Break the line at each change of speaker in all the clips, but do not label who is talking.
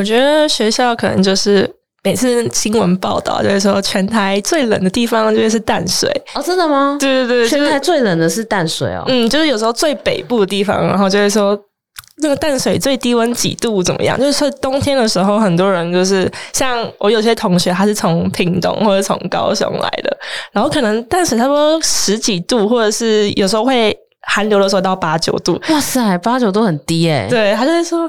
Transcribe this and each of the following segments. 我觉得学校可能就是每次新闻报道就是说全台最冷的地方就是淡水，
哦，真的吗？
对对对，就
全台
是
最冷的是淡水哦。
嗯，就是有时候最北部的地方，然后就会说。那个淡水最低温几度怎么样？就是说冬天的时候，很多人就是像我有些同学，他是从屏东或者从高雄来的，然后可能淡水差不多十几度，或者是有时候会寒流的时候到八九度，
哇塞，八九都很低哎、
对他就会说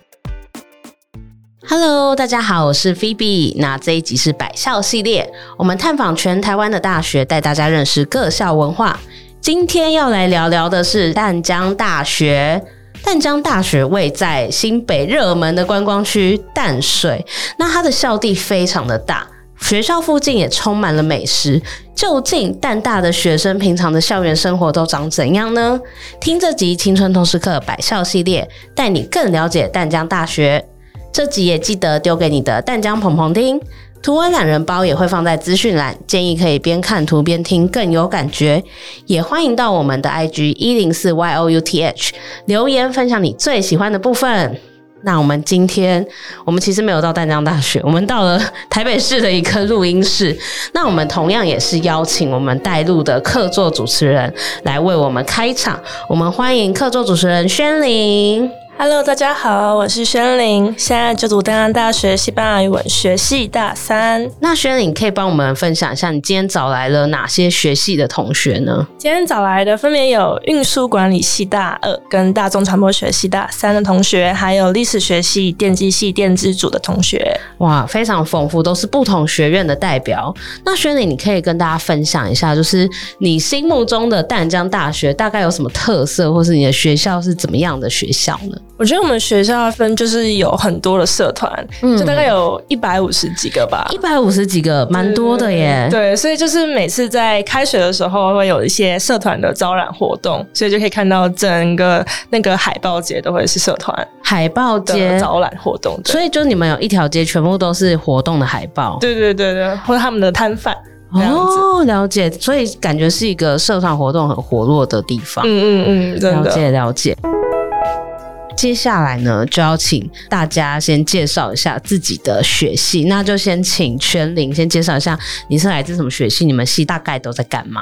Hello，大家好，我是 Phoebe。那这一集是百校系列，我们探访全台湾的大学，带大家认识各校文化。今天要来聊聊的是淡江大学。淡江大学位在新北热门的观光区淡水，那它的校地非常的大，学校附近也充满了美食。究竟淡大的学生平常的校园生活都长怎样呢？听这集《青春通识课》百校系列，带你更了解淡江大学。这集也记得丢给你的淡江鹏鹏听。图文懒人包也会放在资讯栏，建议可以边看图边听，更有感觉。也欢迎到我们的 IG 一零四 y o u t h 留言分享你最喜欢的部分。那我们今天，我们其实没有到淡江大学，我们到了台北市的一个录音室。那我们同样也是邀请我们带路的客座主持人来为我们开场。我们欢迎客座主持人宣玲。
Hello，大家好，我是宣玲，现在就读丹阳大学西班牙语文学系大三。
那轩，你可以帮我们分享一下，你今天找来了哪些学系的同学呢？
今天找来的分别有运输管理系大二、跟大众传播学系大三的同学，还有历史学系、电机系、电机组的同学。
哇，非常丰富，都是不同学院的代表。那轩玲，你可以跟大家分享一下，就是你心目中的淡江大学大概有什么特色，或是你的学校是怎么样的学校呢？
我觉得我们学校分就是有很多的社团，
嗯
就大概有一百五十几个吧。
一百五十几个，蛮多的耶。
对，所以就是每次在开学的时候会有一些社团的招揽活动，所以就可以看到整个那个海报节都会是社团
海报
的
街，
招揽活动。对，
所以就你们有一条街全部都是活动的海报。
对对对对，或者他们的摊贩这样子。
哦，了解，所以感觉是一个社团活动很活络的地方。
嗯嗯嗯，真
了
的。
解了解。接下来呢，就要请大家先介绍一下自己的学系。那就先请全玲先介绍一下你是来自什么学系，你们系大概都在干嘛？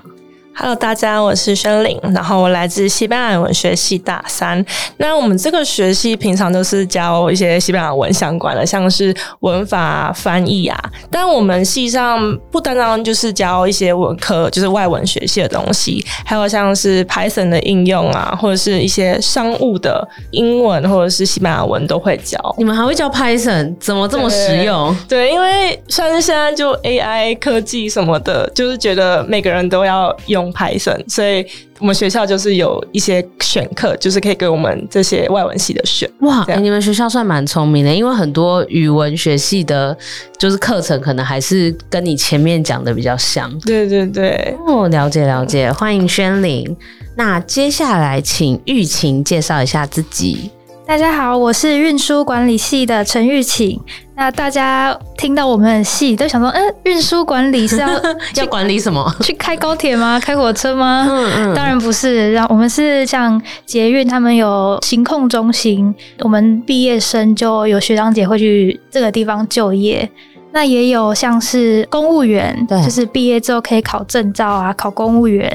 Hello，大家，我是宣玲，然后我来自西班牙文学系大三。那我们这个学系平常都是教一些西班牙文相关的，像是文法、翻译啊。但我们系上不单单就是教一些文科，就是外文学系的东西，还有像是 Python 的应用啊，或者是一些商务的英文或者是西班牙文都会教。
你们还会教 Python，怎么这么实用？
对，因为算是现在就 AI 科技什么的，就是觉得每个人都要用 Python，所以我们学校就是有一些选课，就是可以给我们这些外文系的选。
哇、
对啊
欸你们学校算蛮聪明的，因为很多语文学系的，就是课程可能还是跟你前面讲的比较像。
对对对，
哦，了解了解，欢迎宣玲。那接下来请玉琴介绍一下自己。
大家好，我是运输管理系的陈玉琴。那大家听到我们的系都想说，嗯，运输管理是要
要管理什么？
去开高铁吗？开火 车吗？
嗯
当然不是，然后我们是像捷运，他们有行控中心，我们毕业生就有学长姐会去这个地方就业。那也有像是公务员，
对
就是毕业之后可以考证照啊，考公务员，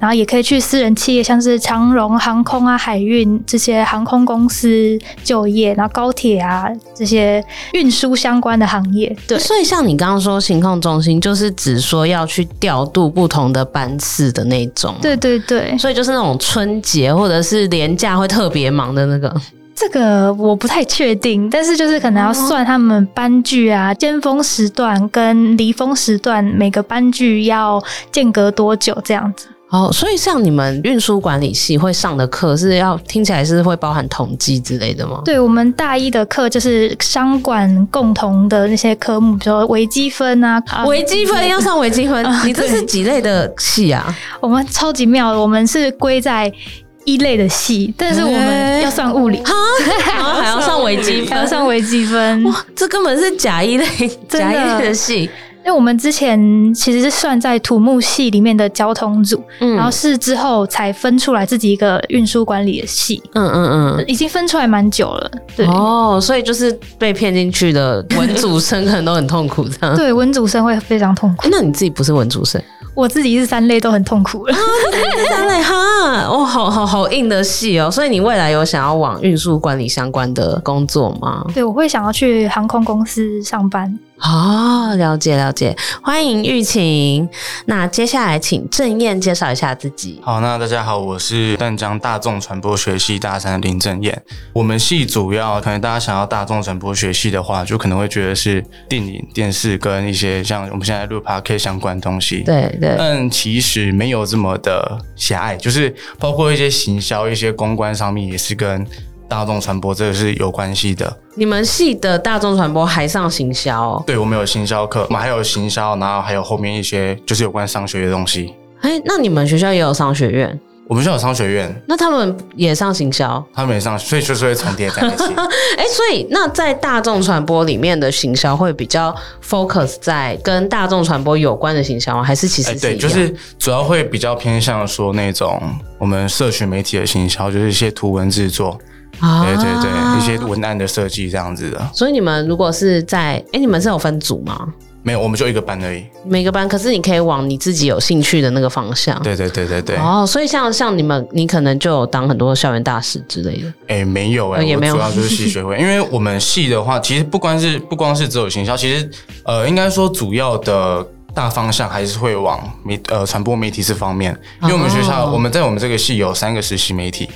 然后也可以去私人企业，像是长荣航空啊、海运这些航空公司就业，然后高铁啊这些运输相关的行业。对，
所以像你刚刚说行控中心，就是指说要去调度不同的班次的那种。，
对对对，
所以就是那种春节或者是年假会特别忙的那个。
这个我不太确定，但是就是可能要算他们班距啊，尖峰时段跟离峰时段每个班距要间隔多久这样子。
哦，所以像你们运输管理系会上的课是要听起来是会包含统计之类的吗？
对我们大一的课就是商管共同的那些科目，比如说微积分啊，啊
微积分要上微积分，你这是几类的系 啊？
我们超级妙的，我们是归在一类的系，但是我们
欸
要算物理，
然后还要上微积
还要
分，
上微积分。
哇， 这根本是假一类
真的
假一类的系，
因为我们之前其实是算在土木系里面的交通组，
嗯
然后是之后才分出来自己一个运输管理的系，
嗯嗯嗯。
已经分出来蛮久了。对，
哦，所以就是被骗进去的文组生可能都很痛苦这样。
对，文组生会非常痛苦
哎， 那你自己不是文组生？
我自己是三类都很痛苦了。
三类哈，哦，好好好硬的系哦。所以你未来有想要往运输管理相关的工作吗？
对，我会想要去航空公司上班。
哦，了解了解，欢迎玉琴。那接下来请郑燕介绍一下自己。
好，那大家好，我是淡江大众传播学系大三的林正燕。我们系主要可能大家想要大众传播学系的话，就可能会觉得是电影、电视跟一些像我们现在录 p a r k 相关的东西。
对对，
但其实没有这么的狭隘，就是包括一些行销、一些公关上面也是跟大众传播这个是有关系的。
你们系的大众传播还上行销、哦，
对我们有行销课，我们还有行销，然后还有后面一些就是有关商学的东西。
哎，那你们学校也有商学院，
我们学校有商学院，
那他们也上行销，
他们也上，所以就是会重叠在一起。
哎，所以那在大众传播里面的行销会比较 focus 在跟大众传播有关的行销吗？还是其实
哎，
是
对，
一
就
样
是主要会比较偏向说那种我们社群媒体的行销，就是一些图文制作，
啊
对对对，一些文案的设计这样子的。
所以你们如果是在，哎，你们是有分组吗？
没有，我们就一个班而已。
每个班，可是你可以往你自己有兴趣的那个方向。
对对对对对，
哦，所以像像你们，你可能就有当很多校园大使之类的。
哎，没有哎，
呃也
我
没有
主要就是 系学会，因为我们系的话，其实不光是不光是只有行销，其实呃，应该说主要的。大方向还是会往媒呃传播媒体这方面，因为我们学校、
哦
我们在我们这个系有三个实习媒体，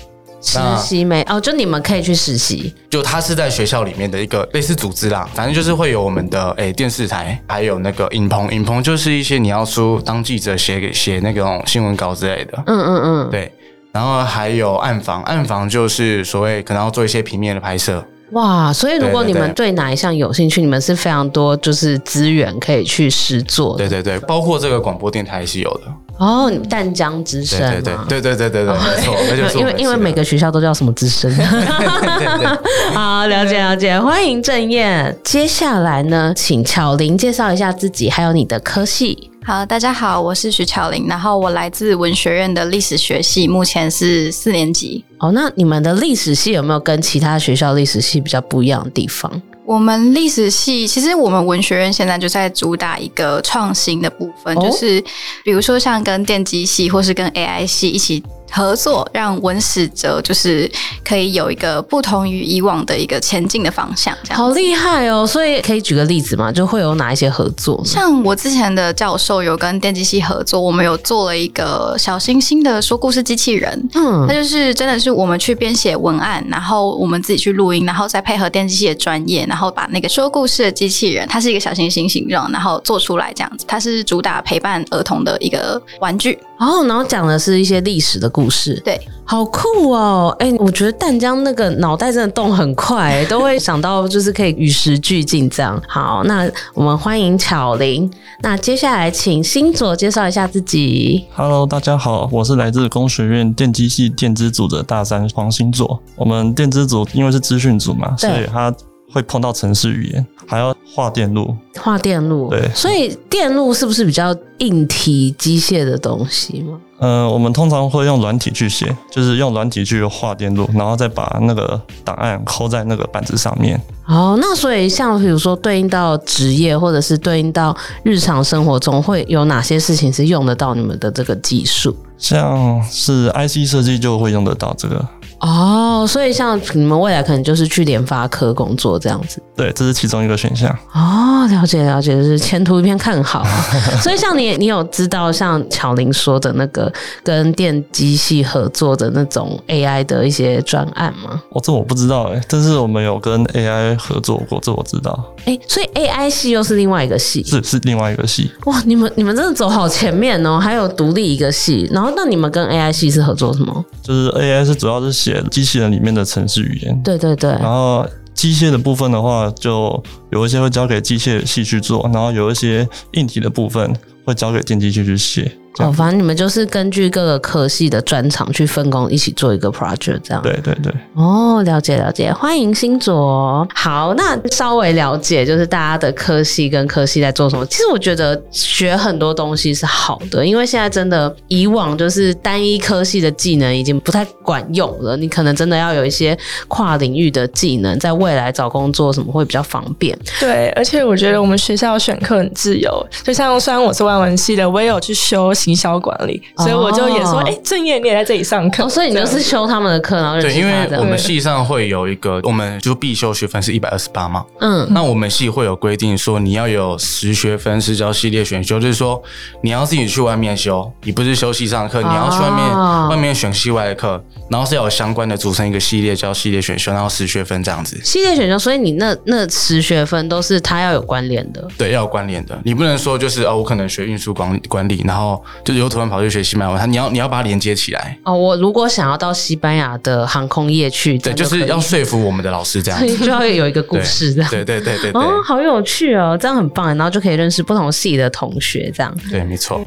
实
那
习没哦，就你们可以去实习
就它是在学校里面的一个类似组织啦，反正就是会有我们的诶、电视台，还有那个影棚，影棚就是一些你要出当记者写给写那种新闻稿之类的，
嗯嗯嗯，
对。然后还有暗房，暗房就是所谓可能要做一些平面的拍摄，
哇！所以如果
对对
你们
对
对哪一项有兴趣，你们是非常多就是资源可以去实做的。
对对对，包括这个广播电台也是有的，
哦，你淡江之声
对对
嘛
对对对对对对，没 错，那就是
啊哦因为
我们
因为
系
每
的
个学校都叫什么之声。
对对对
好，了解了解，欢迎郑燕。接下来呢，请巧玲介绍一下自己，还有你的科系。
好，大家好，我是徐巧玲，然后我来自文学院的历史学系，目前是四年级。
哦，那你们的历史系有没有跟其他学校历史系比较不一样的地方？
我们历史系其实我们文学院现在就在主打一个创新的部分，
哦
就是比如说像跟电机系或是跟 AI 系一起合作，让文史哲就是可以有一个不同于以往的一个前进的方向。这样
好厉害哦！所以可以举个例子嘛，就会有哪一些合作呢？
像我之前的教授有跟电机系合作，我们有做了一个小星星的说故事机器人，它
嗯，
就是真的是我们去编写文案，然后我们自己去录音，然后再配合电机系的专业，然后把那个说故事的机器人，它是一个小行星形状，然后做出来这样子。它是主打陪伴儿童的一个玩具。
哦，然后讲的是一些历史的故事，
对，
好酷哦！哎、我觉得淡江那个脑袋真的动很快、欸 都会想到就是可以与时俱进这样。好，那我们欢迎巧玲。那接下来请星佐介绍一下自己。
Hello，大家好，我是来自工学院电机系电资组的大三黄星座。我们电资组因为是资讯组嘛，所
对
以它会碰到城市语言，还要画电路。
画电路，
对
所以电路是不是比较硬体机械的东西吗？
呃，我们通常会用软体去写，就是用软体去画电路，然后再把那个档案抠在那个板子上面。
哦，那所以像比如说对应到职业，或者是对应到日常生活中，会有哪些事情是用得到你们的这个技术？
像是 IC 设计就会用得到这个，
哦，所以像你们未来可能就是去联发科工作这样子。
对，这是其中一个选项。
哦，了解了解，就是前途一片看好。啊 所以像你，你有知道像巧玲说的那个跟电机系合作的那种 AI 的一些专案吗？
哦，这我不知道哎、但是我们有跟 AI 合作过，这我知道，
哎、所以 AI 系又是另外一个系。
是是另外一个系。
哇，你们你们真的走好前面哦，还有独立一个系。然后那你们跟 AI 系是合作什么？
就是 AI 是主要是写机器人里面的程式语言，
对对对，
然后机械的部分的话，就有一些会交给机械系去做，然后有一些硬体的部分会交给电机系去写。这
哦，
样，
反正你们就是根据各个科系的专长去分工，一起做一个 project 这样。
对对对，
哦，了解了解，欢迎新左。好，那稍微了解就是大家的科系跟科系在做什么。其实我觉得学很多东西是好的，因为现在真的以往就是单一科系的技能已经不太管用了，你可能真的要有一些跨领域的技能，在未来找工作什么会比较方便。
对，而且我觉得我们学校选课很自由，就像虽然我是外文系的，我也有去修行销管理，所以我就也说，
哦
哎、郑业你也在这里上课、
哦，所以你就是修他们的课，然后认
对，
识
因
他
为
的。
我们系上会有一个，我们就必修学分是一百二十八嘛，
嗯，
那我们系会有规定说你要有十学分是叫系列选修，就是说你要自己去外面修，你不是修系上的课，你要去外面、
哦
外面选系外的课，然后是要有相关的组成一个系列叫系列选修，然后十学分这样子。
系列选修，所以你那那十学分都是它要有关联的。
对，要有关联的，你不能说就是哦，我可能学运输管理管理，然后就有突然跑去学西班牙文，它你要你要把它连接起来，
哦，我如果想要到西班牙的航空业去，
对，
这
就
样可
是
以
要说服我们的老师这 样
所以
子。
就要有一个故
对
事这样。
对对对对对，
哦，好有趣哦，这样很棒，然后就可以认识不同系的同学这样。
对，没错。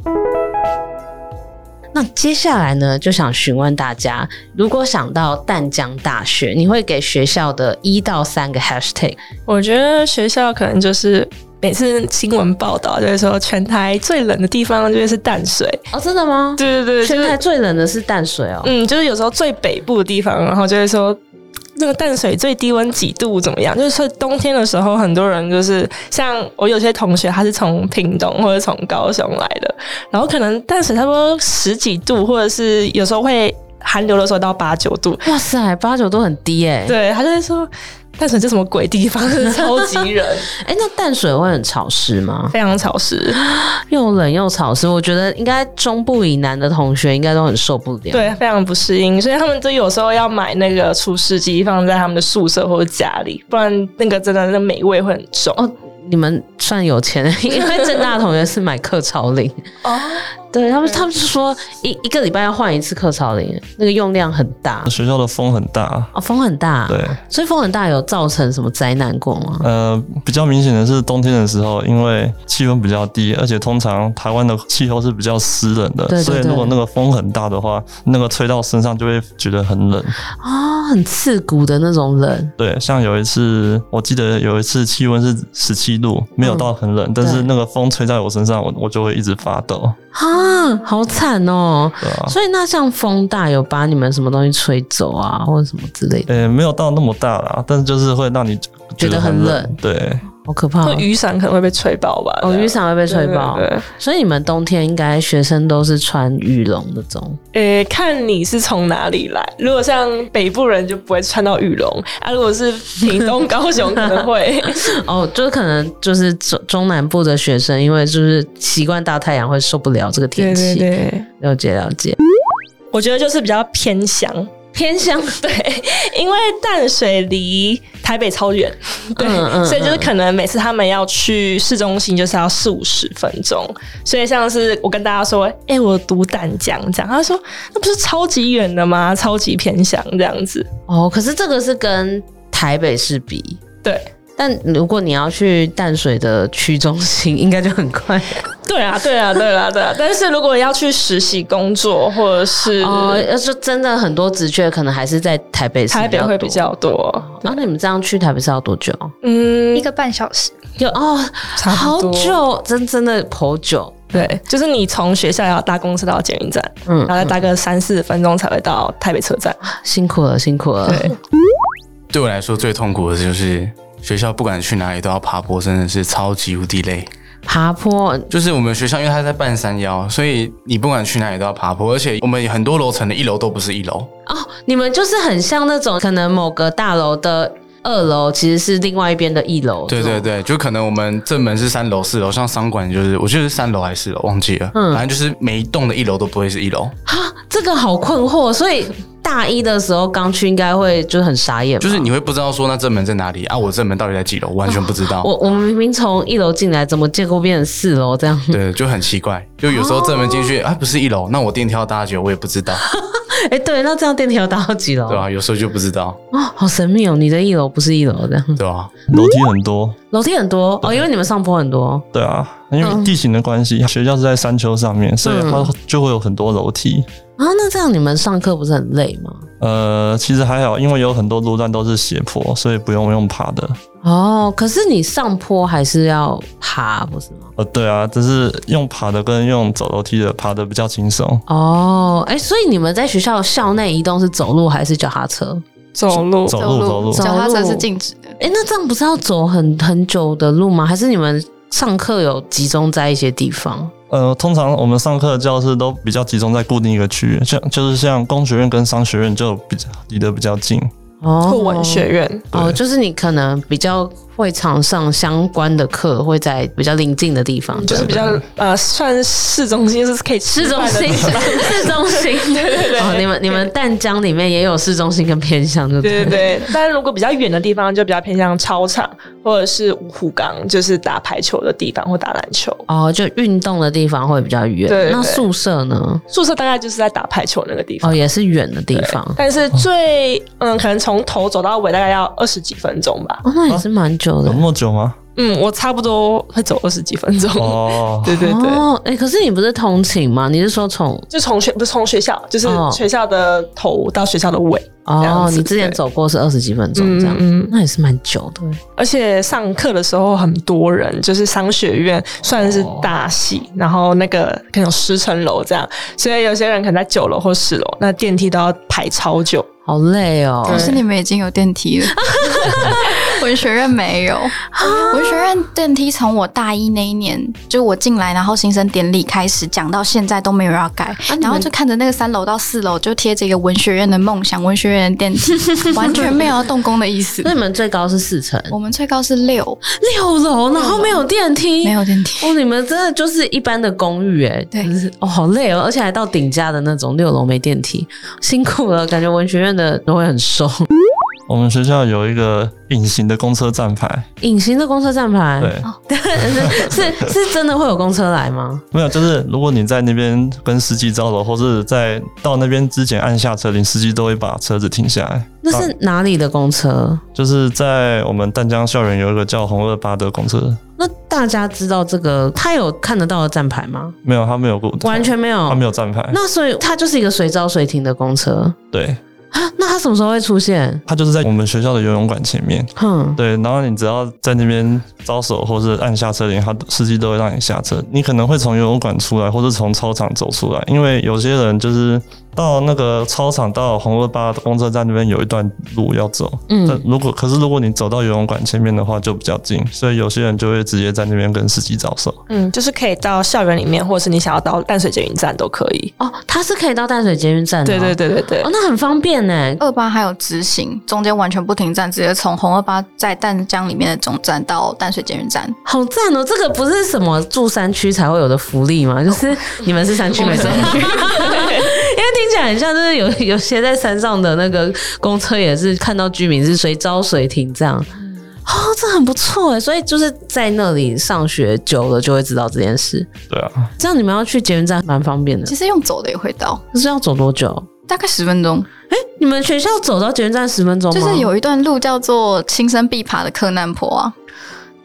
那接下来呢，就想询问大家，如果想到淡江大学，你会给学校的一到三个 hashtag？
我觉得学校可能就是。每次新闻报道就是说，全台最冷的地方就是淡水。
哦，真的吗？
对对对，就
全台
是
最冷的是淡水哦。
嗯，就是有时候最北部的地方，然后就会说那个淡水最低温几度怎么样？就是说冬天的时候，很多人就是像我有些同学，他是从屏东或者从高雄来的，然后可能淡水差不多十几度，或者是有时候会寒流的时候到八九度，
哇塞，八九都很低哎、欸。
对他就会说淡水这什么鬼地方， 就是超级冷，
哎、那淡水会很潮湿吗？
非常潮湿，
又冷又潮湿，我觉得应该中部以南的同学应该都很受不了。
对，非常不适应，所以他们就有时候要买那个除湿机放在他们的宿舍或者家里，不然那个真的那个霉味会很重。
哦，你们算有钱， 因为正大同学是买课潮领。
哦，
对他们，他们是说一一个礼拜要换一次课潮铃，那个用量很大
学校的风很大，
哦，风很大，
对，
所以风很大有造成什么灾难过吗？
呃，比较明显的是冬天的时候，因为气温比较低，而且通常台湾的气候是比较湿冷的，
对对
所以
对
如果那个风很大的话，那个吹到身上就会觉得很冷。
啊、很刺骨的那种冷，
对，像有一次，我记得有一次气温是十七度，没有到很冷，但是
嗯对
那个风吹在我身上，我我就会一直发抖，
啊，好惨哦。
对啊吧、
所以那像风大有把你们什么东西吹走啊，或者什么之类的，
呃、没有到那么大啦，但是就是会让你
觉得
得
很
很
冷
对，
好可怕、
那
哦。
雨伞可能会被吹爆吧？
哦，
这样
雨伞会被吹爆，
对对对
所以你们冬天应该学生都是穿羽绒那种。
呃，看你是从哪里来。如果像北部人就不会穿到羽绒啊，如果是屏东、高雄可能 会。
哦，就是可能就是中中南部的学生，因为就是习惯大太阳会受不了这个天气。
对，
了解了解，
我觉得就是比较偏乡，
偏向
对，因为淡水离台北超远，对，
嗯嗯
所以就是可能每次他们要去市中心，就是要四五十分钟。所以像是我跟大家说，哎、我读淡江这样，他就说那不是超级远的吗？超级偏乡这样子，
哦，可是这个是跟台北市比，
对。
但如果你要去淡水的区中心，应该就 很快
对啊，对啊，对啊，对啊。但是如果要去实习工作，或者是
哦。要是真的很多职缺，可能还是在台北市
台北会
多
比。较多，
那、啊、你们这样去台北市要多久？
嗯
一，个半小时。
有哦，
差不
好
多
久，真真的好久。
对，就是你从学校要搭公车到捷运站，
嗯
然后再搭个三四十分钟才会到台北车站。
辛苦了，辛苦了。
对，
对我来说最痛苦的就是学校，不管去哪里都要爬坡，真的是超级无敌累。
爬坡，
就是我们学校，因为它在半山腰，所以你不管去哪里都要爬坡，而且我们很多楼层的一楼都不是一楼，
哦，你们就是很像那种可能某个大楼的二楼其实是另外一边的一楼。
对
这
对
种，
对，就可能我们正门是三楼、四楼，像商管就是，我记得是三楼还是四楼，忘记了，
嗯
反正就是每一栋的一楼都不会是一楼，
哈，这个好困惑。所以大一的时候刚去应该会就是很傻眼吧，
就是你会不知道说那正门在哪里啊，我正门到底在几楼，完全不知道，
我我们明明从一楼进来，怎么结果变成四楼这 样？
对，就很奇怪，就有时候正门进
哦
去、啊不是一楼，那我电梯要搭几楼我也不知道，
哎、对，那这样电梯要搭到几楼？
对吧、啊有时候就不知道，
哦，好神秘哦！你的一楼不是一楼这样，
对吧、
楼梯很多，
楼梯很多哦，因为你们上坡很多。
对啊，因
嗯
为地形的关系，学校是在山丘上面，所以它就会有很多楼梯。
啊，那这样你们上课不是很累吗？
呃，其实还好，因为有很多路段都是斜坡，所以不用用爬的。
哦，可是你上坡还是要爬，不是吗？
呃，对啊，只是用爬的跟用走楼梯的爬的比较轻松。
哦，哎、所以你们在学校校内移动是走路还是脚踏车？
走路
走路走路
脚踏车是禁止的。
哎、那这样不是要走很很久的路吗？还是你们上课有集中在一些地方？
呃，通常我们上课的教室都比较集中在固定一个区域，像就是像工学院跟商学院就比较离得比较近。
哦
或文学院，
哦，就是你可能比较会常上相关的课，会在比较临近的地方，
就是比较呃，算市中心，就是可以吃
市中
饭的
心，
地方
市中 心，
对对对
哦，你们你们淡江里面也有市中心跟偏乡，对不
对对 对，但如果比较远的地方，就比较偏向操场或者是五湖港，就是打排球的地方或打篮球。
哦，就运动的地方会比较远。
对对
那宿舍呢？
宿舍大概就是在打排球那个地方，
哦，也是远的地方。
但是最嗯，可能从头走到尾大概要二十几分钟吧。
哦，那也是蛮久的
有那。么久吗？
嗯，我差不多会走二十几分钟。
嗯
哦，
对对对，
哦，哎、可是你不是通勤吗？你是说从
就从学不是从学校，就是
哦
学校的头到学校的尾。这
哦
样，子
你之前
对
走过是二十几分钟这样，
嗯嗯
那也是蛮久的。
而且上课的时候很多人，就是商学院算是大系，然后那个可能有十层楼这样，所以有些人可能在九楼或十楼，那电梯都要排超久。
好累哦，
对
可是你们已经有电梯了，文学院没有。文学院电梯从我大一那一年，就我进来，然后新生典礼开始讲到现在都没有人要改，
们
然后就看着那个三楼到四楼就贴着一个文学院的梦想，文学院的电梯完全没有要动工的意思
那。你们最高是四层，
我们最高是六，
六楼，然后没有电梯，
没有电梯。
哦，你们真的就是一般的公寓哎，
对
就是哦，好累哦，而且还到顶家的那种六楼没电梯，辛苦了，感觉文学院的都会 很瘦。
我们学校有一个隐形的公车站牌，
隐形的公车站牌，
对，
是是真的会有公车来吗？
没有，就是如果你在那边跟司机招手，或是在到那边之前按下车铃，司机都会把车子停下来。
那
然后
是哪里的公车？
就是在我们淡江校园有一个叫红二八的公车，
那大家知道这个，它有看得到的站牌吗？
没有，它没有固定，
完全没有，
哦
它没有站牌。
那所以它就是一个随招随停的公车
对，
啊。那它什么时候会出现？
它就是在我们学校的游泳馆前面。
哼，
对，然后你只要在那边招手或是按下车铃，他司机都会让你下车。你可能会从游泳馆出来，或是从操场走出来，因为有些人就是到那个操场到红二八公车站那边有一段路要走。
嗯
但如果可是如果你走到游泳馆前面的话，就比较近，所以有些人就会直接在那边跟司机招手。
嗯，就是可以到校园里面，或者是你想要到淡水捷运站都可以。
哦，它是可以到淡水捷运站的、
对对。对对对
哦，，那很方便呢。
二八还有直行，中间完全不停站，直接从红二八在淡江里面的总站到淡水捷运站。
好赞哦！这个不是什么住山区才会有的福利吗？就是你们是山区没山区，因为
哦
听起来很像，就是有有些在山上的那个公车也是看到居民是随招随停这样。哦，这很不错哎！所以就是在那里上学久了就会知道这件事，
对啊，
这样你们要去捷运站蛮方便的
其。实用走的也会到，
可是要走多久？
大概十分钟。
你们学校走到捷运站十分钟吗？
就是有一段路叫做轻生必爬的柯南坡啊，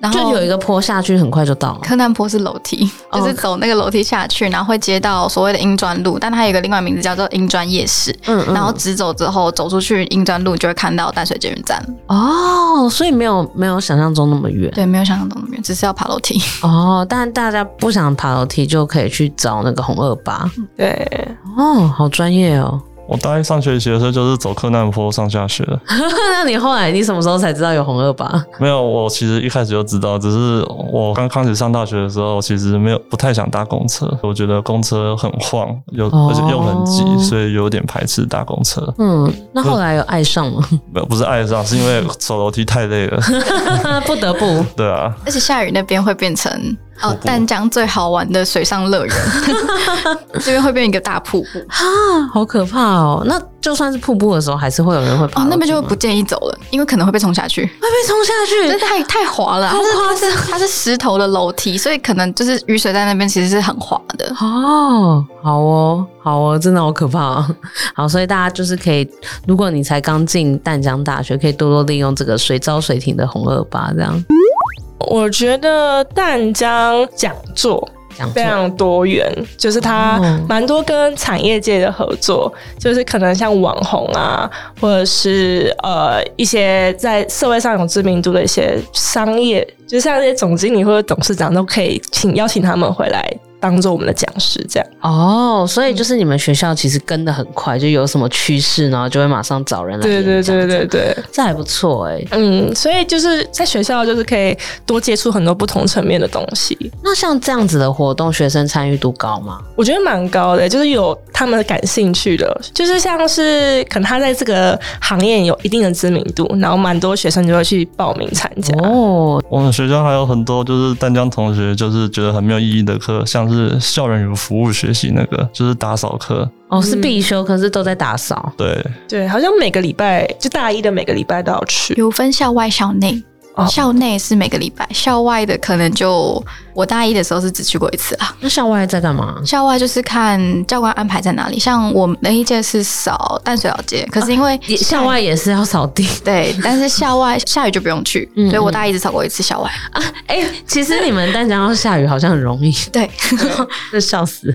然后
就有一个坡下去，很快就到了。
柯南坡是楼梯，
哦
就是走那个楼梯下去，然后会接到所谓的英专路，但它有一个另外名字叫做英专夜市。
嗯嗯
然后直走之后，走出去英专路就会看到淡水捷运站。
哦，所以没有没有想象中那么远。
对，没有想象中那么远，只是要爬楼 梯。
哦，但大家不想爬楼梯就可以去找那个红二八。
对，
哦，好专业哦。
我大一上学期的时候就是走柯南坡上下学的，
那你后来你什么时候才知道有红二八？
没有，我其实一开始就知道，只是我刚开始上大学的时候，其实没有不太想搭公车，我觉得公车很晃，又
哦
而且又很挤，所以有点排斥搭公车。
嗯，那后来有爱上吗？
没有，不是爱上，是因为走楼梯太累了。
不得不，
对啊，
而且下雨那边会变成哦，淡江最好玩的水上 乐园，这边会变一个大瀑布
好可怕哦！那就算是瀑布的时候，还是会有人会爬楼，梯
哦
吗、
那边就不建议走了，因为可能会被冲下去，
会被冲下
这
去。
太太滑了啊，
好
它是它是它是石头的楼梯，所以可能就是雨水在那边其实是很滑的。
哦，好哦，好哦，真的好可怕、哦。 好，所以大家就是可以，如果你才刚进淡江大学，可以多多利用这个水招水停的红二八这样
我觉得淡江讲座
讲
非
座。
常多元，就是它
哦
蛮多跟产业界的合作，就是可能像网红啊，或者是呃一些在社会上有知名度的一些商业，就像那些总经理或者董事长都可以请邀请他们回来当做我们的讲师这样。
哦，所以就是你们学校其实跟的很快，就有什么趋势，然后就会马上找人来
对对
演讲
对对对，
这还不错哎、
嗯，所以就是在学校就是可以多接触很多不同层面的东西。
那像这样子的活动，学生参与度高吗？
我觉得蛮高的，就是有他们感兴趣的，就是像是可能他在这个行业有一定的知名度，然后蛮多学生就会去报名参加。
哦，
我们学校还有很多就是淡江同学就是觉得很没有意义的课，像是校园与服务学习那个，就是打扫课。
哦，
嗯
是必修，可是都在打扫。
对，
对，好像每个礼拜就大一的每个礼拜都要去。
有分校外、校内
哦。
校内是每个礼拜，校外的可能就我大一的时候是只去过一次啊。
那校外在干嘛？
校外就是看教官安排在哪里，像我们那一届是扫淡水老街，可是因 为
也校外也是要扫地。
对，但是校外下雨就不用去，
嗯
所以我大一只扫过一次校外。
哎、其实你们淡江要下雨好像很容易，
对，
这笑死。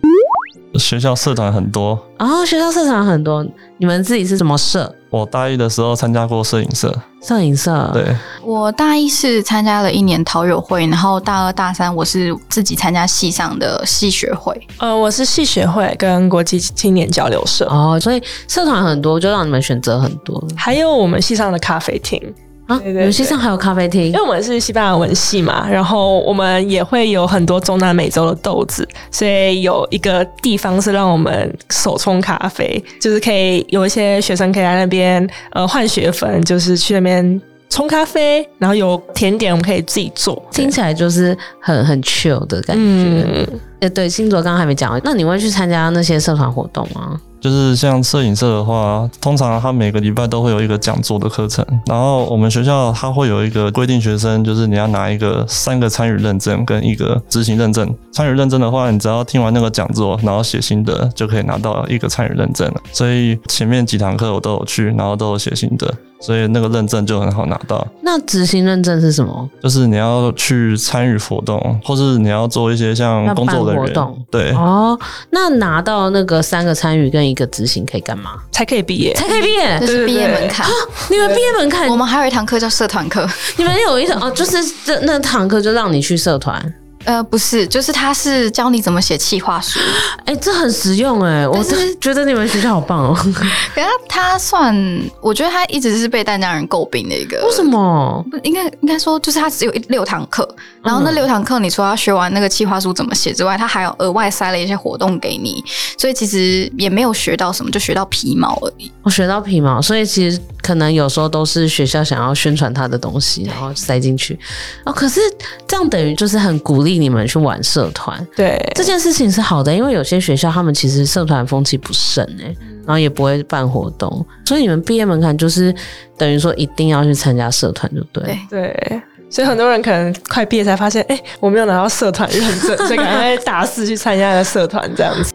学校社团很多。
然后学校社团很多，你们自己是什么社？
我大一的时候参加过摄影社，
摄影社。，啊
对，
我大一是参加了一年陶友会，然后大二大三我是自己参加系上的系学会。
呃，我是系学会跟国际青年交流社，
哦，所以社团很多，就让你们选择很多
还有我们系上的咖啡厅，
啊。
对对对
游戏上还有咖啡厅
因为，我们是西班牙文系嘛，然后我们也会有很多中南美洲的豆子，所以有一个地方是让我们手冲咖啡，就是可以有一些学生可以在那边呃换学分，就是去那边冲咖啡，然后有甜点我们可以自己做。
听起来就是很很 chill 的感觉。
嗯，
呃、对，星卓刚刚还没讲，那你会去参加那些社团活动吗？
就是像摄影社的话，通常它每个礼拜都会有一个讲座的课程，然后我们学校它会有一个规定，学生就是你要拿一个三个参与认证跟一个执行认证。参与认证的话，你只要听完那个讲座，然后写心得，就可以拿到一个参与认证了。所以前面几堂课我都有去，然后都有写心得，所以那个认证就很好拿到。
那执行认证是什么？
就是你要去参与活动，或是你要做一些像
要
工作
办
人
活
员
动，
对，
哦，那拿到那个三个参与跟一个执行可以干嘛？
才可以毕业。
才可以毕业
这？是毕业门槛。
你们毕业门槛
哦
我们还有一堂课叫社团课，
你们有一种哦，就是这那堂课就让你去社团，
呃，不是，就是他是教你怎么写企划 书，
哎、这很实用哎、我
但是
真觉得你们学校好棒哦。
可是他他算，我觉得他一直是被淡江人诟病的一个。
为什？么？
不应该应该说，就是他只有一六堂课，然后那
嗯
六堂课，你除了要学完那个企划书怎么写之外，他还有额外塞了一些活动给你，所以其实也没有学到什么，就学到皮毛而已。
我学到皮毛，所以其实可能有时候都是学校想要宣传他的东西，然后塞进去。哦，可是这样等于就是很鼓励你们去玩社团。
对，
这件事情是好的，因为有些学校他们其实社团风气不盛哎、然后也不会办活动，所以你们毕业门槛就是等于说一定要去参加社团，就对了。
对
对，所以很多人可能快毕业才发现，哎、我没有拿到社团认证，所以赶快大四去参加了社团这样子。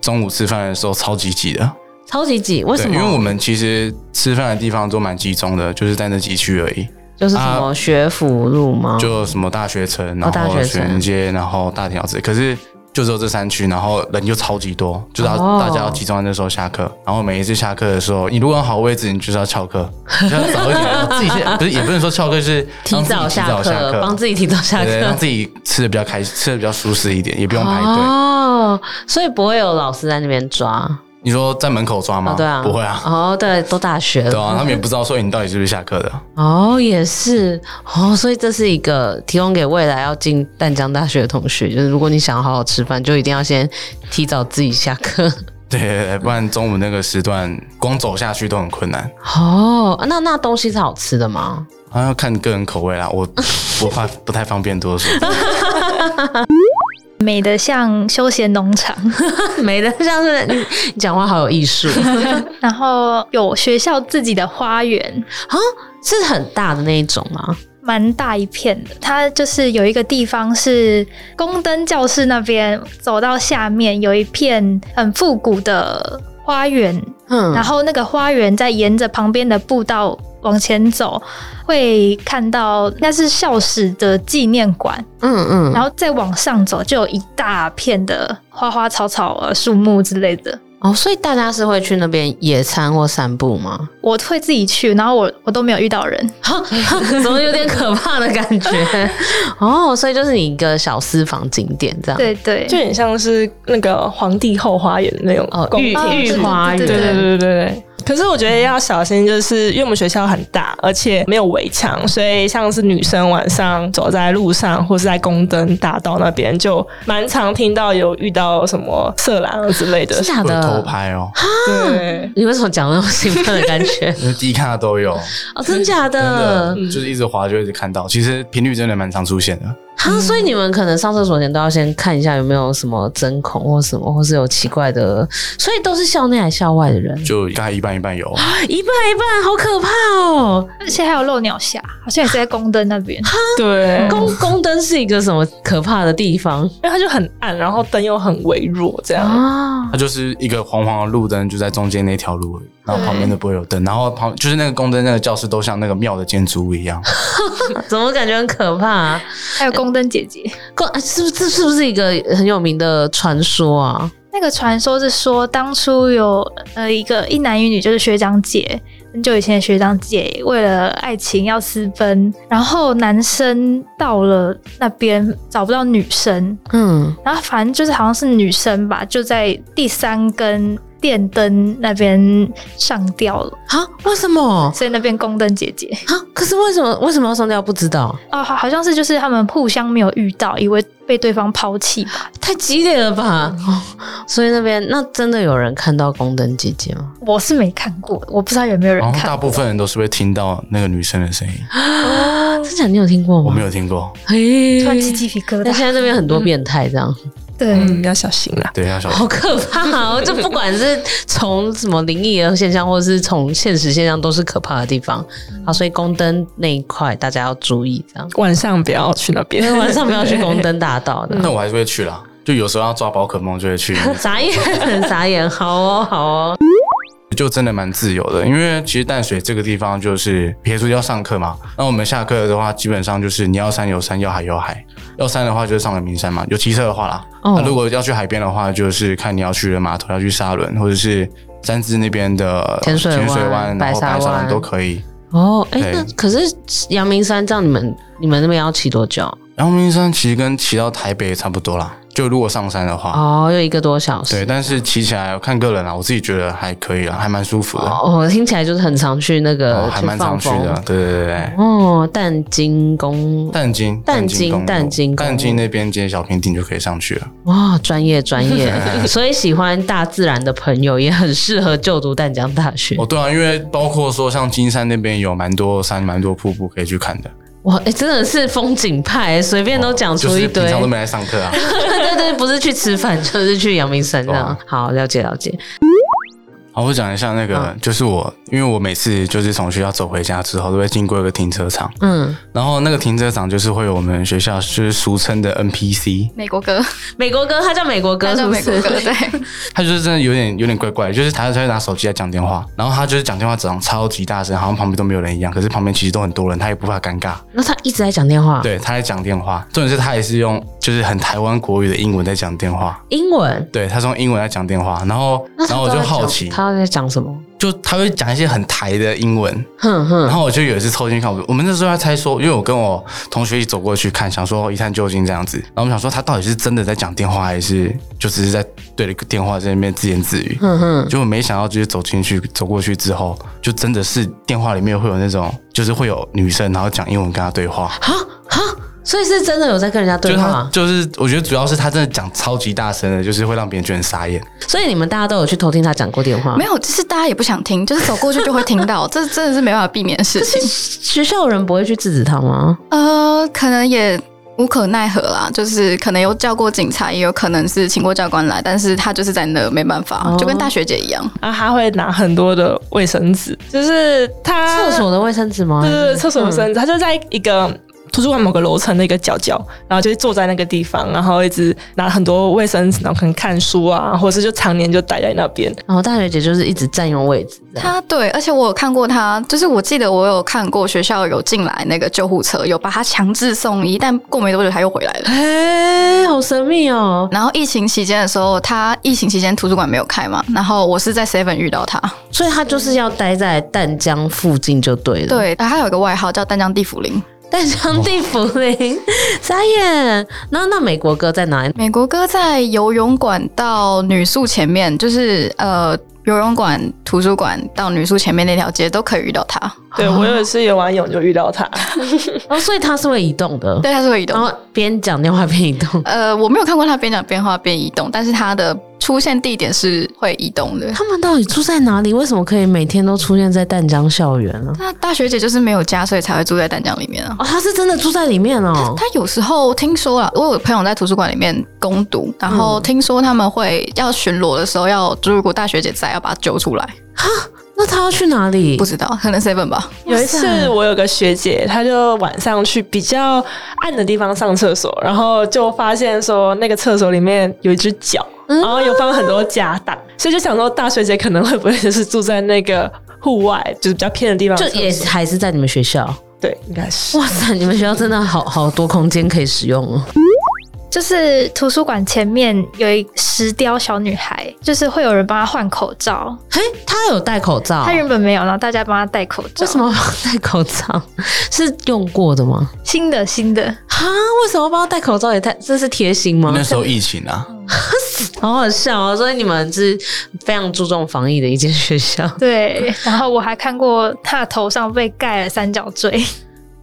中午吃饭的时候超级挤的，
超级挤，为
对，
什么？
因为我们其实吃饭的地方都蛮集中的，就是在那几区而已，
就是什么学府路吗？
啊就什么大学城，然
嗯哦大
后
学
学
城
园街，然后大田小吃，可是。就只有这三区，然后人就超级多，就是要
哦
大家要集中在那时候下课。然后每一次下课的时候，你如果有好位置，你就是要翘课，你就要早一点，自己先不是也不能说翘课，就是
提
让自己
早下课，帮自己提早下
对对，让
课。
自己吃的比较
哦
开，吃的比较舒适一点，也不用排队。
哦，所以不会有老师在那边抓。
你说在门口抓
哦，
吗？
对啊，
不会啊，
哦，对，都大学
对
了，
啊，他们也不知道说你到底是不是下课的。
哦，也是，哦，所以这是一个提供给未来要进淡江大学的同学，就是如果你想要好好吃饭，就一定要先提早自己下课。
对对对，不然中午那个时段光走下去都很困难。
哦，那那东西是好吃的吗？
好像要看个人口味啦，我我怕不太方便多说。
美的像休闲农场，
没的，像是你你讲话好有艺 术
然后有学校自己的花园，
啊，是很大的那一种吗？
蛮大一片的。它就是有一个地方是宫灯教室那边，走到下面有一片很复古的花园，
嗯，
然后那个花园再沿着旁边的步道往前走，会看到那是校史的纪念馆，
嗯嗯，
然后再往上走就有一大片的花花草草、呃树木之类的。
哦，所以大家是会去那边野餐或散步吗？
我会自己去，然后我我都没有遇到人，
怎么有点可怕的感觉？ 哦，所以就是你一个小私房景点这样。，
对对，
就很像是那个皇帝后花园的那种
哦，
宫
御
廷
御
对
花园，
对
对对对对对。可是我觉得要小心，就是因为我们学校很大，而且没有围墙，所以像是女生晚上走在路上或是在宫灯大道那边，就蛮常听到有遇到什么色狼啊之类的
是。假
会有
的
偷拍哦，？
对，
你为什么讲那种兴奋的感觉
因为低卡都有，
哦，真假
真
的？
的就是一直滑就一直看到。其实频率真的蛮常出现的。
啊，所以你们可能上厕所前都要先看一下有没有什么针孔或什么，或是有奇怪的，所以都是校内还是校外的人？
就大概一半一半有，
一半一半，好可怕哦！
而且还有漏鸟侠，好像也是在宫灯那边，
对，因
宫宫灯是一个什么可怕的地方
为它就很暗，然后灯又很微弱，这样。
啊？
它就是一个黄黄的路灯，就在中间那条路而已，然后旁边都不会有灯，然后旁就是那个宫灯那个教室都像那个庙的建筑物一样，
怎么感觉很可怕、啊？
还有宫灯姐姐。
宫啊是不是这是不是一个很有名的传说啊？
那个传说是说，当初有呃一个一男一女，就是学长姐，很久以前的学长姐，为了爱情要私奔，然后男生到了那边找不到女生，
嗯，
然后反正就是好像是女生吧，就在第三根电灯那边上吊了，
啊，为什么
所以那边宫灯姐姐
啊？可是为什么为什么要上吊？不知道，
哦，好好像是就是他们互相没有遇到，以为被对方抛弃吧。
太激烈了吧？哦所以那边那真的有人看到宫灯姐姐吗？
我是没看过，我不知道有没有人
然后
看
大部分人都是会听到那个女生的声音，
啊，真假你有听过吗？
我没有听过，
嘿。
嗯突然起鸡皮疙
但
瘩。
现在这边很多变态，这样、
对，
嗯，要小心啦。
对，要小心。
好可怕 哦！就不管是从什么灵异的现象，或者是从现实现象，都是可怕的地方。好，所以宫灯那一块大家要注意，这样
晚上不要去那边，
晚上不要去宫灯大道的。
嗯
但我还是会去啦，就有时候要抓宝可梦就会去，
傻眼，傻眼，好哦，好哦，
就真的蛮自由的。因为其实淡水这个地方就是撇除要上课嘛，那我们下课的话，基本上就是你要山有山，要海有海。要山的话就是上了名山嘛，有骑车的话啦。那、
哦
如果要去海边的话，就是看你要去的码头，要去沙仑，或者是三芝那边的呃
浅水湾
湾、然后
白
白
沙
沙
湾
湾都可以。
哦，哎、
对
那可是阳明山这样，你们你们那边要骑多久？
阳明山其实跟骑到台北差不多啦，就如果上山的话，
哦，又一个多小时。
对。但是骑起来我看个人啦，啊我自己觉得还可以啦，啊还蛮舒服的。
哦，我听起来就是很常去那个、
哦，还蛮常去的，。对对对对。
哦，淡金宫，
淡金，
淡金
公路
淡金公路
淡金那边接小平顶就可以上去了。
哇，专业专业， 所以喜欢大自然的朋友也很适合就读淡江大学。
哦，对啊，因为包括说像金山那边有蛮多山、蛮多瀑布可以去看的，哦
哇，哎、真的是风景派，随便都讲出一
就是
堆。
平常都没来上课 啊。
对对对，不是去吃饭，就是去阳明山这样。哦好，了解了解。
好，我讲一下那
嗯
个，就是我，因为我每次就是从学校走回家之后，都会经过一个停车场，
嗯，
然后那个停车场就是会有我们学校就是俗称的 NPC，
美国歌，
美国歌，他叫美国歌，
他
是
叫
不
美
是？
国歌， 对，
他就是真的有点有点怪怪，就是他他会拿手机在讲电话，然后他就是讲电话讲超级大声，好像旁边都没有人一样，可是旁边其实都很多人，他也不怕尴尬，
那他一直在讲电话，
对，他在讲电话，重点是他也是用，就是很台湾国语的英文在讲电话，
英文，
对他是用英文在讲电话，然后
那
然
他
后我
都
就
在
好
讲
奇，
他在讲什么？
就他会讲一些很台的英文，
哼
然
哼，
后我就有一次凑近看，我我们那时候在猜说，因为我跟我同学一起走过去看，想说一探究竟这样子。然后我们想说他到底是真的在讲电话，还是就只是在对着电话在那边自言自语。
哼哼，
结果没想到，就是走进去走过去之后，就真的是电话里面会有那种，就是会有女生然后讲英文跟他对话。
哈哈，所以是真的有在跟人家
就
对啊
是他
话，，
就是我觉得主要是他真的讲超级大声的，就是会让别人觉得很傻眼。
所以你们大家都有去偷听他讲过电话
没。有，就是大家也不想听，就是走过去就会听到，这真的是没办法避免的事情。
学校人不会去制止他吗？
呃，可能也无可奈何啦，就是可能有叫过警察，也有可能是请过教官来，但是他就是在那没办法，
哦
就跟大学姐一样。
然后他会拿很多的卫生纸，就是他
厕所的卫生纸吗？
对对对，厕所的生，他就在一个图书馆某个楼层的一个角角，然后就坐在那个地方，然后一直拿很多卫生纸，然后可能看书啊，或者是就常年就待在那 边。
然后大学姐就是一直占用位置，这样
他对，而且我有看过他，就是我记得我有看过学校有进来那个救护车，有把他强制送医，但过没多久他又回来了。
哎、好神秘哦。
然后疫情期间的时候，他疫情期间图书馆没有开嘛，然后我是在 Seven 遇到他，
所以他就是要待在淡江附近就对了。，
对，他有一个外号叫丹江地府灵。
淡江地府林，傻眼。那那美国哥在哪里？
美国哥在游泳馆到女宿前面，就是呃游泳馆、图书馆到女宿前面那条街都可以遇到他。
对我有一次游完泳就遇到他，
哦，所以他是会移动的。
对，他是会移
然
动。
后边讲电话边移动。
呃，我没有看过他边讲边画边移动，但是他的出现地点是会移动的。
他们到底住在哪里？为什么可以每天都出现在淡江校园呢、
那大学姐就是没有家，所以才会住在丹江里面啊。
哦，他是真的住在里面哦。
他有时候听说了，我有朋友在图书馆里面攻读，然后听说他们会要巡逻的时候要，就如果大学姐在，要把她揪出来。
那他要去哪里
不？知道，可能 seven 吧。
有一次啊我有个学姐，她就晚上去比较暗的地方上厕所，然后就发现说那个厕所里面有一只脚，然后有放很多家当，所以就想说大学姐可能会不会就是住在那个户外，就是比较偏的地方
就
上厕所，
也还是在你们学校？
对，应该是。
哇塞，你们学校真的好好多空间可以使用哦。
就是图书馆前面有一石雕小女孩，就是会有人帮她换口罩。
嘿，他有戴口罩
她？原本没有，然后大家帮她戴口
为
罩。
什么要戴口罩？ 是用过的吗？
新的新的？
哈，为什么帮他戴口罩？也太这是贴心吗
那？时候疫情啊，
好好笑哦！所以你们是非常注重防疫的一间学校。
对。然后我还看过她的头上被盖了三角锥。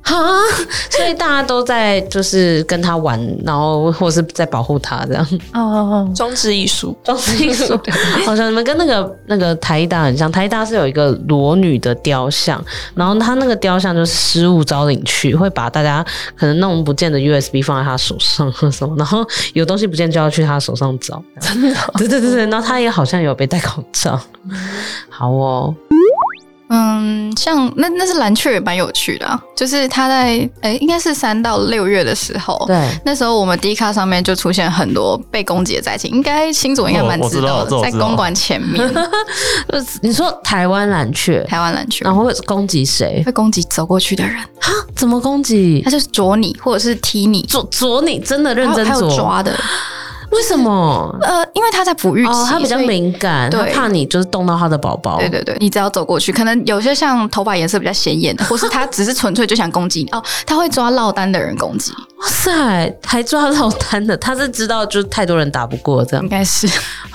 哈， 所以大家都在就是跟他玩，然后或是在保护他这样。
哦，
装置艺术，
装饰艺术，好像你们跟那个那个台艺大很像。台艺大是有一个裸女的雕像，然后她那个雕像就是失物招领区，会把大家可能弄不见的 USB 放在她手上或什么，然后有东西不见就要去她手上找。真的、对对对对，然后她也好像有被戴口罩。好哦，
嗯，像那那是蓝雀也蛮有趣的、啊，就是他在诶、应该是三到六月的时候，
对，
那时候我们 D 卡上面就出现很多被攻击的灾情，应该新总应该蛮
哦我知
道
道这
的，
我
在
知道
公馆前面，
就是呃你说台湾蓝雀，
台湾蓝雀
然后会攻击谁？
会攻击走过去的人，
怎么攻击
他？就是啄你或者是踢你，
左左你真的认真
还有还有
左，
抓的，
为什么？
呃，因为他在哺育期，
哦，他比较
所以。
敏感，他
对
怕你就是动到他的宝宝。
对对对，你只要走过去，可能有些像头发颜色比较显眼的，或是他只是纯粹就想攻击你哦，他会抓落单的人攻击，
哇塞，还抓到单的，他是知道就是太多人打不过这样
应该是
嗯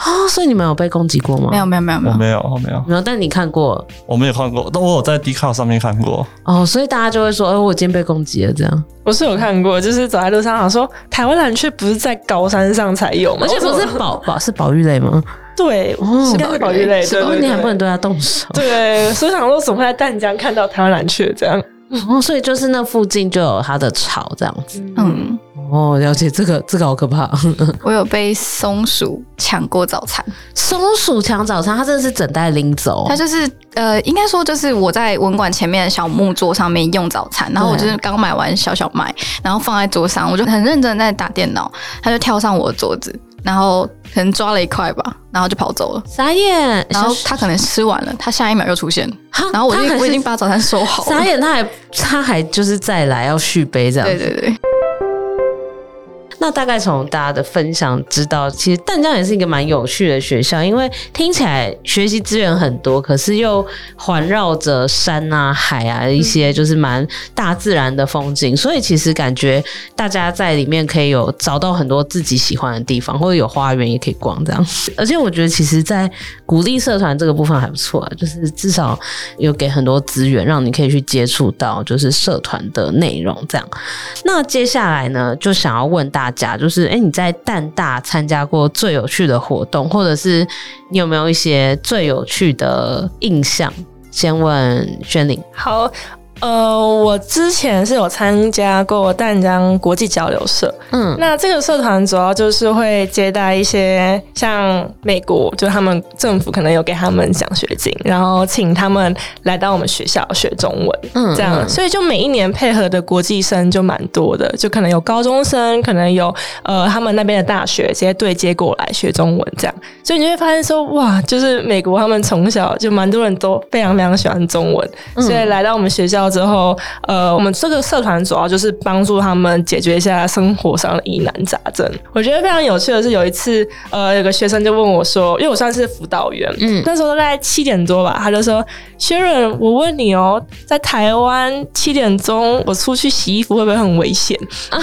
哦，所以你们有被攻击过吗？
嗯没有，没有没有没
我
有，
没有，我没有，
没有，但你看过
我没有看过，但我有在 d 卡上面看过。
哦，所以大家就会说，哦，我今天被攻击了这样，
我是有看过，就是走在路上，想说台湾蓝雀不是在高山上才有吗？
而且不哦
哦
是
我怎么
宝宝是保育类吗？
对，
哦
应该是保育类，
是
对
哦，
对
你还
对
不能对他动手
对，所以想说怎么会在淡江看到台湾蓝雀这样？
哦，所以就是那附近就有他的巢这样子。
嗯，
哦，了解，这个这个好可怕。
我有被松鼠抢过早餐，
松鼠抢早餐，它真的是整袋拎走，
它就是呃，应该说就是我在文馆前面的小木桌上面用早餐，然后我就是刚买完小小麦，然后放在桌上，我就很认真地在打电脑，它就跳上我的桌子，然后可能抓了一块吧，然后就跑走了。
傻眼，
然后
哎小
它可能吃完了，它下一秒又出现，
哈
然后 我已
它还
经
是
我已经把早餐收好
傻
了。
眼，他还他还就是再来要续杯这样
对。对对，
那大概从大家的分享知道，其实淡江也是一个蛮有趣的学校，因为听起来学习资源很多，可是又环绕着山啊、海啊一些就是蛮大自然的风景，所以其实感觉大家在里面可以有找到很多自己喜欢的地方，或者有花园也可以逛这样。 而且我觉得，其实，在鼓励社团这个部分还不错啊，就是至少有给很多资源，让你可以去接触到就是社团的内容这样。那接下来呢，就想要问大家，就是哎、诶你在淡大参加过最有趣的活动，或者是你有没有一些最有趣的印象？先问轩玲，
好，呃，我之前是有参加过淡江国际交流社，
嗯，
那这个社团主要就是会接待一些像美国，就他们政府可能有给他们奖学金，然后请他们来到我们学校学中文，
嗯
这样，所以就每一年配合的国际生就蛮多的，就可能有高中生，可能有呃他们那边的大学直接对接过来学中文这样，所以你就会发现说，哇，就是美国他们从小就蛮多人都非常非常喜欢中文，所以来到我们学校之后，呃，我们这个社团主要就是帮助他们解决一下生活上的疑难杂症。我觉得非常有趣的是，有一次，呃，有个学生就问我说，因为我算是辅导员，
嗯
那时候大概七点多吧，他就说：“薛仁，我问你哦，在台湾七点钟我出去洗衣服会不会很危险？”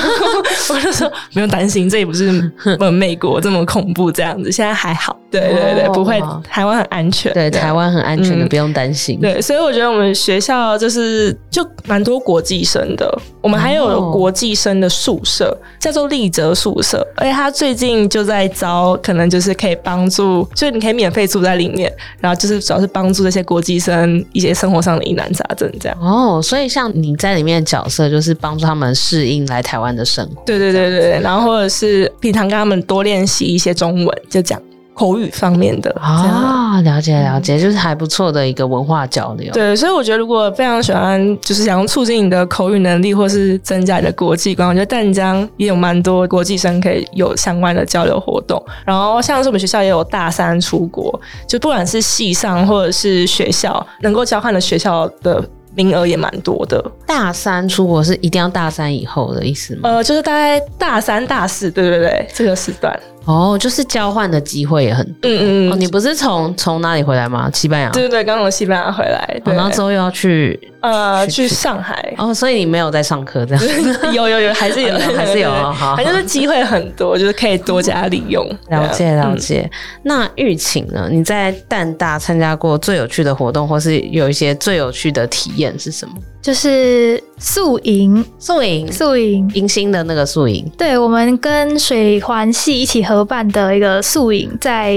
我就说：“不用担心，这也不是呃美国这么恐怖这样子，现在还好。对对对，
哦
不会，台湾很安全。
对，台湾很安全的，
嗯
不用担心。
对，所以我觉得我们学校就是就蛮多国际生的，我们还有
哦
国际生的宿舍，叫做丽泽宿舍，而且他最近就在招，可能就是可以帮助，就是你可以免费住在里面，然后就是主要是帮助这些国际生一些生活上的疑难杂症这样。
哦，所以像你在里面的角色就是帮助他们适应来台湾的生活。
对对对对对，然后或者是平常跟他们多练习一些中文，就讲口语方面的这样
啊、了解了解，就是还不错的一个文化交流。
嗯对，所以我觉得如果非常喜欢，就是想要促进你的口语能力，或是增加你的国际观，我觉得淡江也有蛮多国际生可以有相关的交流活动。然后像是我们学校也有大三出国，就不管是系上或者是学校能够交换的学校的。名额也蛮多的，
大三出国是一定要大三以后的意思吗？
呃，就是大概大三、大四，对对对，这个时段，
哦，就是交换的机会也很多。
嗯嗯
哦，
嗯，
你不是从从哪里回来吗？西班牙。
对对对，刚从西班牙回来，
哦
对，
然后之后又要去
呃，去上海，
哦，所以你没有在上课这样。
有有有，还是有，
哦有还是有
对对对
哦好
反正就是机会很多，就是可以多加利用。
了解
对啊
嗯
了解。那玉琴呢？你在淡大参加过最有趣的活动，或是有一些最有趣的体验是什么？
就是宿营，
宿营，
宿营。
迎新的那个宿营。
对，我们跟水环系一起合办的一个宿营，在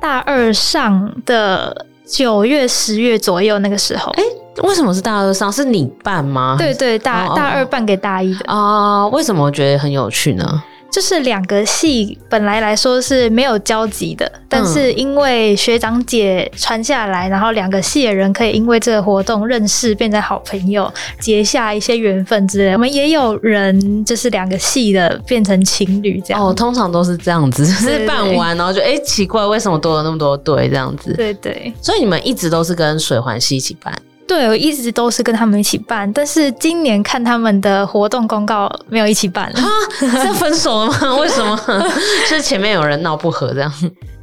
大二上的九月、十月左右那个时候，
为什么是大二上？是你办吗？
对对，大
哦哦
大二
哦
办给大一的，
啊、为什么我觉得很有趣呢？
就是两个系本来来说是没有交集的，但是
嗯
因为学长姐传下来，然后两个系的人可以因为这个活动认识，变成好朋友，结下一些缘分之类的。我们也有人就是两个系的变成情侣这样。
哦，通常都是这样子，就
啊对
是
对
办完然后就哎、诶奇怪，为什么多了那么多队这样子？
对对
所以你们一直都是跟水环系一起办
对，我一直都是跟他们一起办，但是今年看他们的活动公告没有一起办了。
啊？ 是分手了吗？为什么？ 就是前面有人闹不和这样。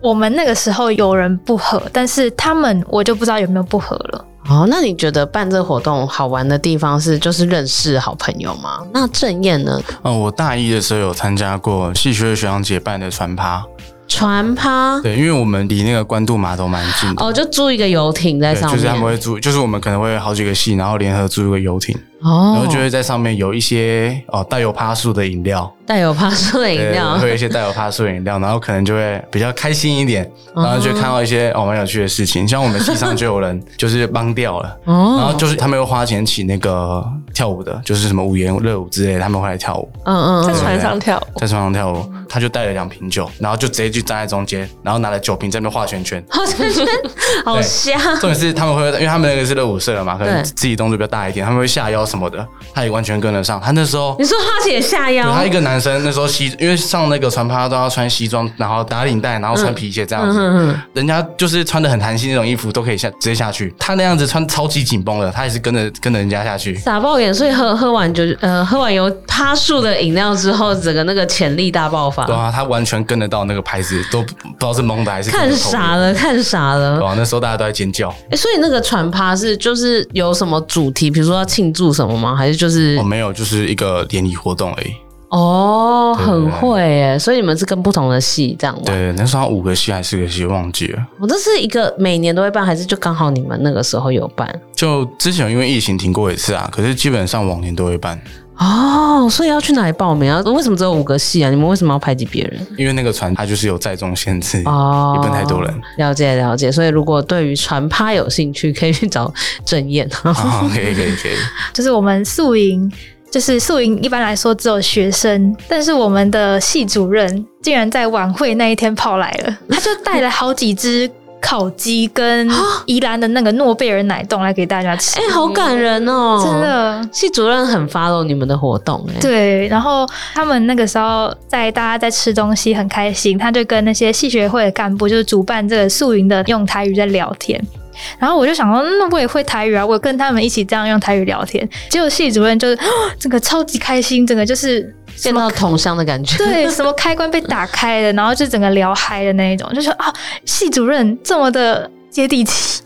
我们那个时候有人不合，但是他们我就不知道有没有不合了。
哦，那你觉得办这活动好玩的地方是就是认识好朋友吗？那郑燕呢？
嗯，我大一的时候有参加过系学会学长姐办的船趴，
船趴
对，因为我们离那个关渡码头蛮近的。
哦，就租一个游艇在
对，
上面，
就是他们会租，就是我们可能会有好几个系，然后联合租一个游艇，然
哦
后，就会在上面有一些哦带有趴数的饮料，
带有趴树的饮
对
料
会有一些带有趴数的饮料，然后可能就会比较开心一点，然后就看到一些哦蛮有趣的事情，像我们系上就有人就是帮掉了，
哦，
然后就是他们会花钱请那个跳舞的，就是什么舞言热舞之类的，他们会来跳舞，
嗯嗯
啊在
嗯，
船上跳舞，
在船上跳舞，他就带了两瓶酒，然后就直接就站在中间，然后拿了酒瓶在那边画 圈圈。
好像觉得好香，
重点是他们会，因为他们那个是热舞社的嘛，可能
对
自己动作比较大一点，他们会下腰什么的，他也完全跟得上。他那时候
你说花姐下
对
腰
他一个男生那时候西，因为上那个船趴都要穿西装，然后打领带，然后
嗯
穿皮鞋这样子，人家就是穿的很弹性那种衣服都可以下直接下去，他那样子穿超级紧绷的，他也是跟着跟着人家下去。
撒爆眼，所以喝喝完就呃喝完有趴树的饮料之后，整个那个潜力大爆发
对，啊，他完全跟得到那个牌子，都不不知道是懵的还是
看傻
啥。
了，看傻了
对。啊，那时候大家都在尖叫。
哎、所以那个船趴是就是有什么主题，比如说要庆祝什么吗？还是就是
哦，没有，就是一个联谊活动而已。
哦，
对
很会耶！所以你们是跟不同的系这样玩。
对，那时候好像五个系还是四个系，忘记了。
我这是一个每年都会办，还是就刚好你们那个时候有办
就之前有因为疫情停过一次啊，可是基本上往年都会办，
哦？所以要去哪里报名啊？为什么只有五个系啊？你们为什么要排挤别人？
因为那个船它就是有载重限制，
哦，
也不能太多人。。
了解了解，所以如果对于船趴有兴趣，可以去找郑燕。
啊，可以可以可以，
就是我们宿营，就是宿营一般来说只有学生，但是我们的系主任竟然在晚会那一天跑来 了，他就带了好几只烤鸡跟宜兰的那个诺贝尔奶冻来给大家 吃，
哎、好感人哦！
真，的。
系主任很 follow 你们的活动哎、
对，然后他们那个时候在大家在吃东西很开心，他就跟那些系学会的干部，就是主办这个宿营的，用台语在聊天。然后我就想说，嗯那、我也会台语啊，我跟他们一起这样用台语聊天。结果系主任就是 整个超级开心，整个就是什
见
么
到同乡的感觉。
对，什么开关被打开了，然后就整个聊嗨的那一种，就说啊，系主任这么的接地气，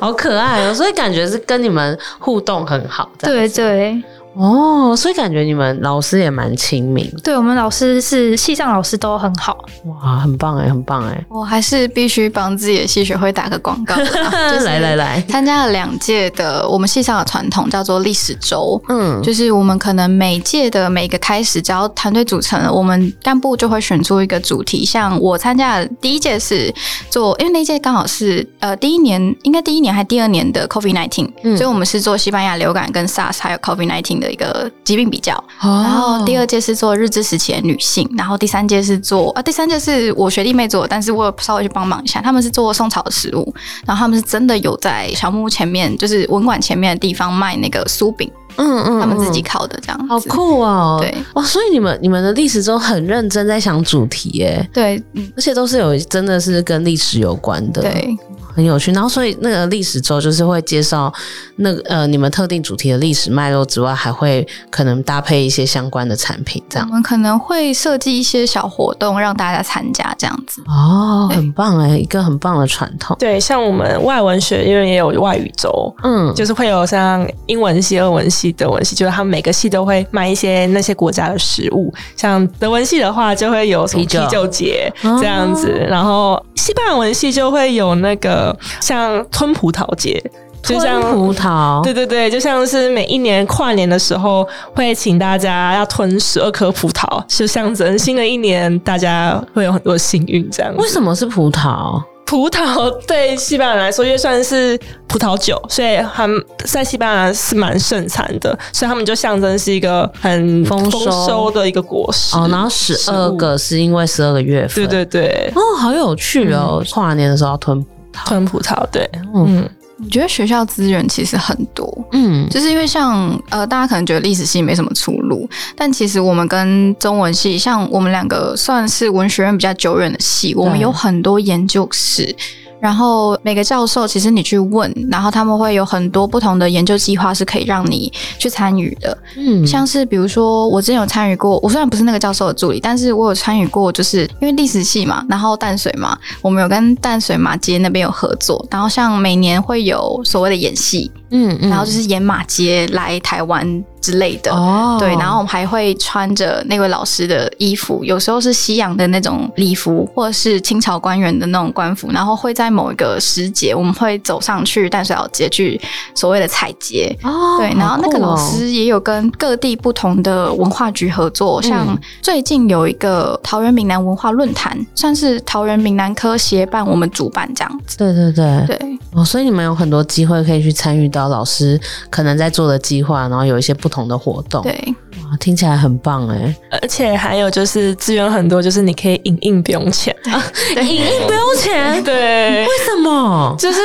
好可爱哦！所以感觉是跟你们互动很好，这样
对对
哦，所以感觉你们老师也蛮亲民，
对，我们老师是系上老师都很好，
哇，很棒哎，很棒哎，
我还是必须帮自己的戏学会打个广告 啦，就是
来来来，
参加了两届的我们系上的传统叫做历史周，
嗯，
就是我们可能每届的每个开始，只要团队组成了，我们干部就会选出一个主题。像我参加的第一届是做，因为那届刚好是呃第一年，应该第一年还第二年的 COVID nineteen，、
嗯
所以我们是做西班牙流感跟 SARS 还有 COVID nineteen 的一个疾病比较。
哦
然后第
二
二届是做日治时期的女性，然后第三届是做啊，第三届是我学弟妹做的，但是我有稍微去帮忙一下。他们是做宋朝的食物，然后他们是真的有在小木屋前面，就是文馆前面的地方卖那个酥饼，
嗯嗯
他们自己烤的这样子。
好酷哦，
对
哇，所以你们你们的历史中很认真在想主题耶，
对，嗯，
而且都是有真的是跟历史有关的，，
对，
很有趣。然后所以那个历史周就是会介绍那个呃你们特定主题的历史脉络之外，还会可能搭配一些相关的产品这
我
样。
们可能会设计一些小活动让大家参加这样子。
哦，
对
很棒哎，一个很棒的传统。
对，像我们外文学院也有外语周，
嗯，
就是会有像英文系、俄文系、德文系，就是他们每个系都会卖一些那些国家的食物。像德文系的话，就会有什么
啤酒
啤酒节
哦
这样子，然后西班牙文系就会有那个像吞葡萄节，就像
吞葡萄，
对对对，就像是每一年跨年的时候，会请大家要吞十二颗葡萄，就象征新的一年大家会有很多幸运这样子。
为什么是葡萄？
葡萄对西班牙来说，因为算是葡萄酒，所以还在西班牙是蛮盛产的，所以他们就象征是一个很
丰收
收的一个果实。
哦，然后十二个是因为十二个月份。
对对对，
哦，好有趣哦！跨年的时候要吞，
吞葡萄，对，
嗯
嗯，
我觉得学校资源其实很多，
嗯，
就是因为像呃，大家可能觉得历史系没什么出路，但其实我们跟中文系，像我们两个算是文学院比较久远的系，我们有很多研究室。然后每个教授，其实你去问，然后他们会有很多不同的研究计划是可以让你去参与的。
嗯，
像是比如说，我之前有参与过，我虽然不是那个教授的助理，但是我有参与过，就是因为历史系嘛，然后淡水嘛，我们有跟淡水马街那边有合作，然后像每年会有所谓的演戏，
嗯嗯，
然后就是演马街来台湾之类的。
哦，
对，然后我们还会穿着那位老师的衣服，有时候是西洋的那种礼服，或者是清朝官员的那种官服，然后会在某一个时节，我们会走上去淡水老街去所谓的采街，
哦，
对，然后那个
好酷哦
老师也有跟各地不同的文化局合
嗯
作，像最近有一个桃园闽南文化论坛，算是桃园闽南科协办我们主办这样子。
对对对
对，
哦，所以你们有很多机会可以去参与到老师可能在做的计划，然后有一些不同的活动，
对，
哇，听起来很棒哎、
而且还有就是资源很多，就是你可以影印不用钱。
啊影印不用钱，
对，
为什么？
就是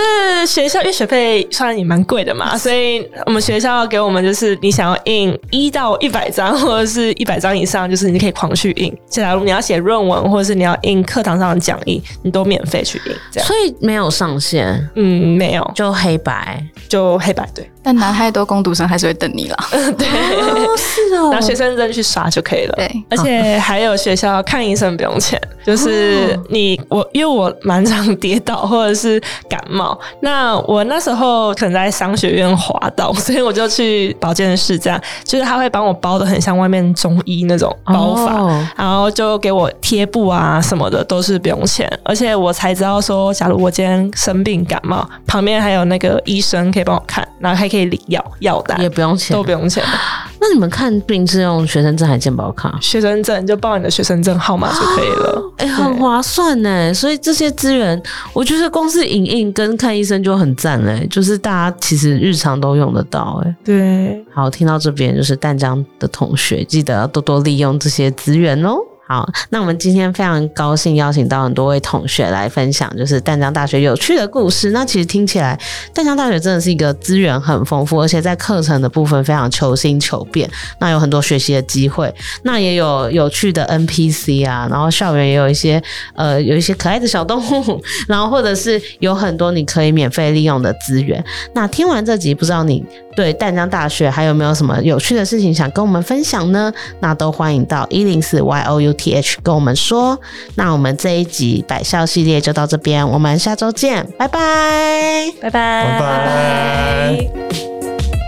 学校因为学费算也蛮贵的嘛，所以我们学校给我们就是你想要印一到一百张 或者是一百张以上，就是你可以狂去印。假如你要写论文或者是你要印课堂上的讲义，你都免费去印。这样，
所以没有上限，
嗯，没有，
就黑白。
就黑白对，
但拿太多工读生还是会瞪你啦。
哦，是哦
拿学生证去刷就可以了。
对，
而且还有学校看医生不用钱，
哦
就是你我因为我蛮常跌倒或者是感冒，那我那时候可能在商学院滑倒，所以我就去保健室，这样就是他会帮我包的很像外面中医那种包法，
哦
然后就给我贴布啊什么的都是不用钱，而且我才知道说，假如我今天生病感冒，旁边还有那个医生可以帮我看，然后还可以领药药单
也。不用钱
都。不用钱，
那你们看病是用学生证还是健保卡？
学生证你就报你的学生证号码就可以了。
哎、很划算呢。所以这些资源，我觉得光是影印跟看医生就很赞嘞，就是大家其实日常都用得到哎。
对，
好，听到这边就是淡江的同学，记得要多多利用这些资源哦。好，那我们今天非常高兴邀请到很多位同学来分享，就是淡江大学有趣的故事。那其实听起来，淡江大学真的是一个资源很丰富，而且在课程的部分非常求新求变，那有很多学习的机会，那也有有趣的 NPC 啊，然后校园也有一些呃有一些可爱的小动物，然后或者是有很多你可以免费利用的资源。那听完这集，不知道你对淡江大学还有没有什么有趣的事情想跟我们分享呢？那都欢迎到一零四 y o u t h 跟我们说。那我们这一集百校系列就到这边，我们下周见，拜拜。
拜拜，
拜拜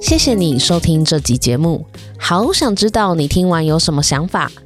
谢谢你收听这集节目，好想知道你听完有什么想法，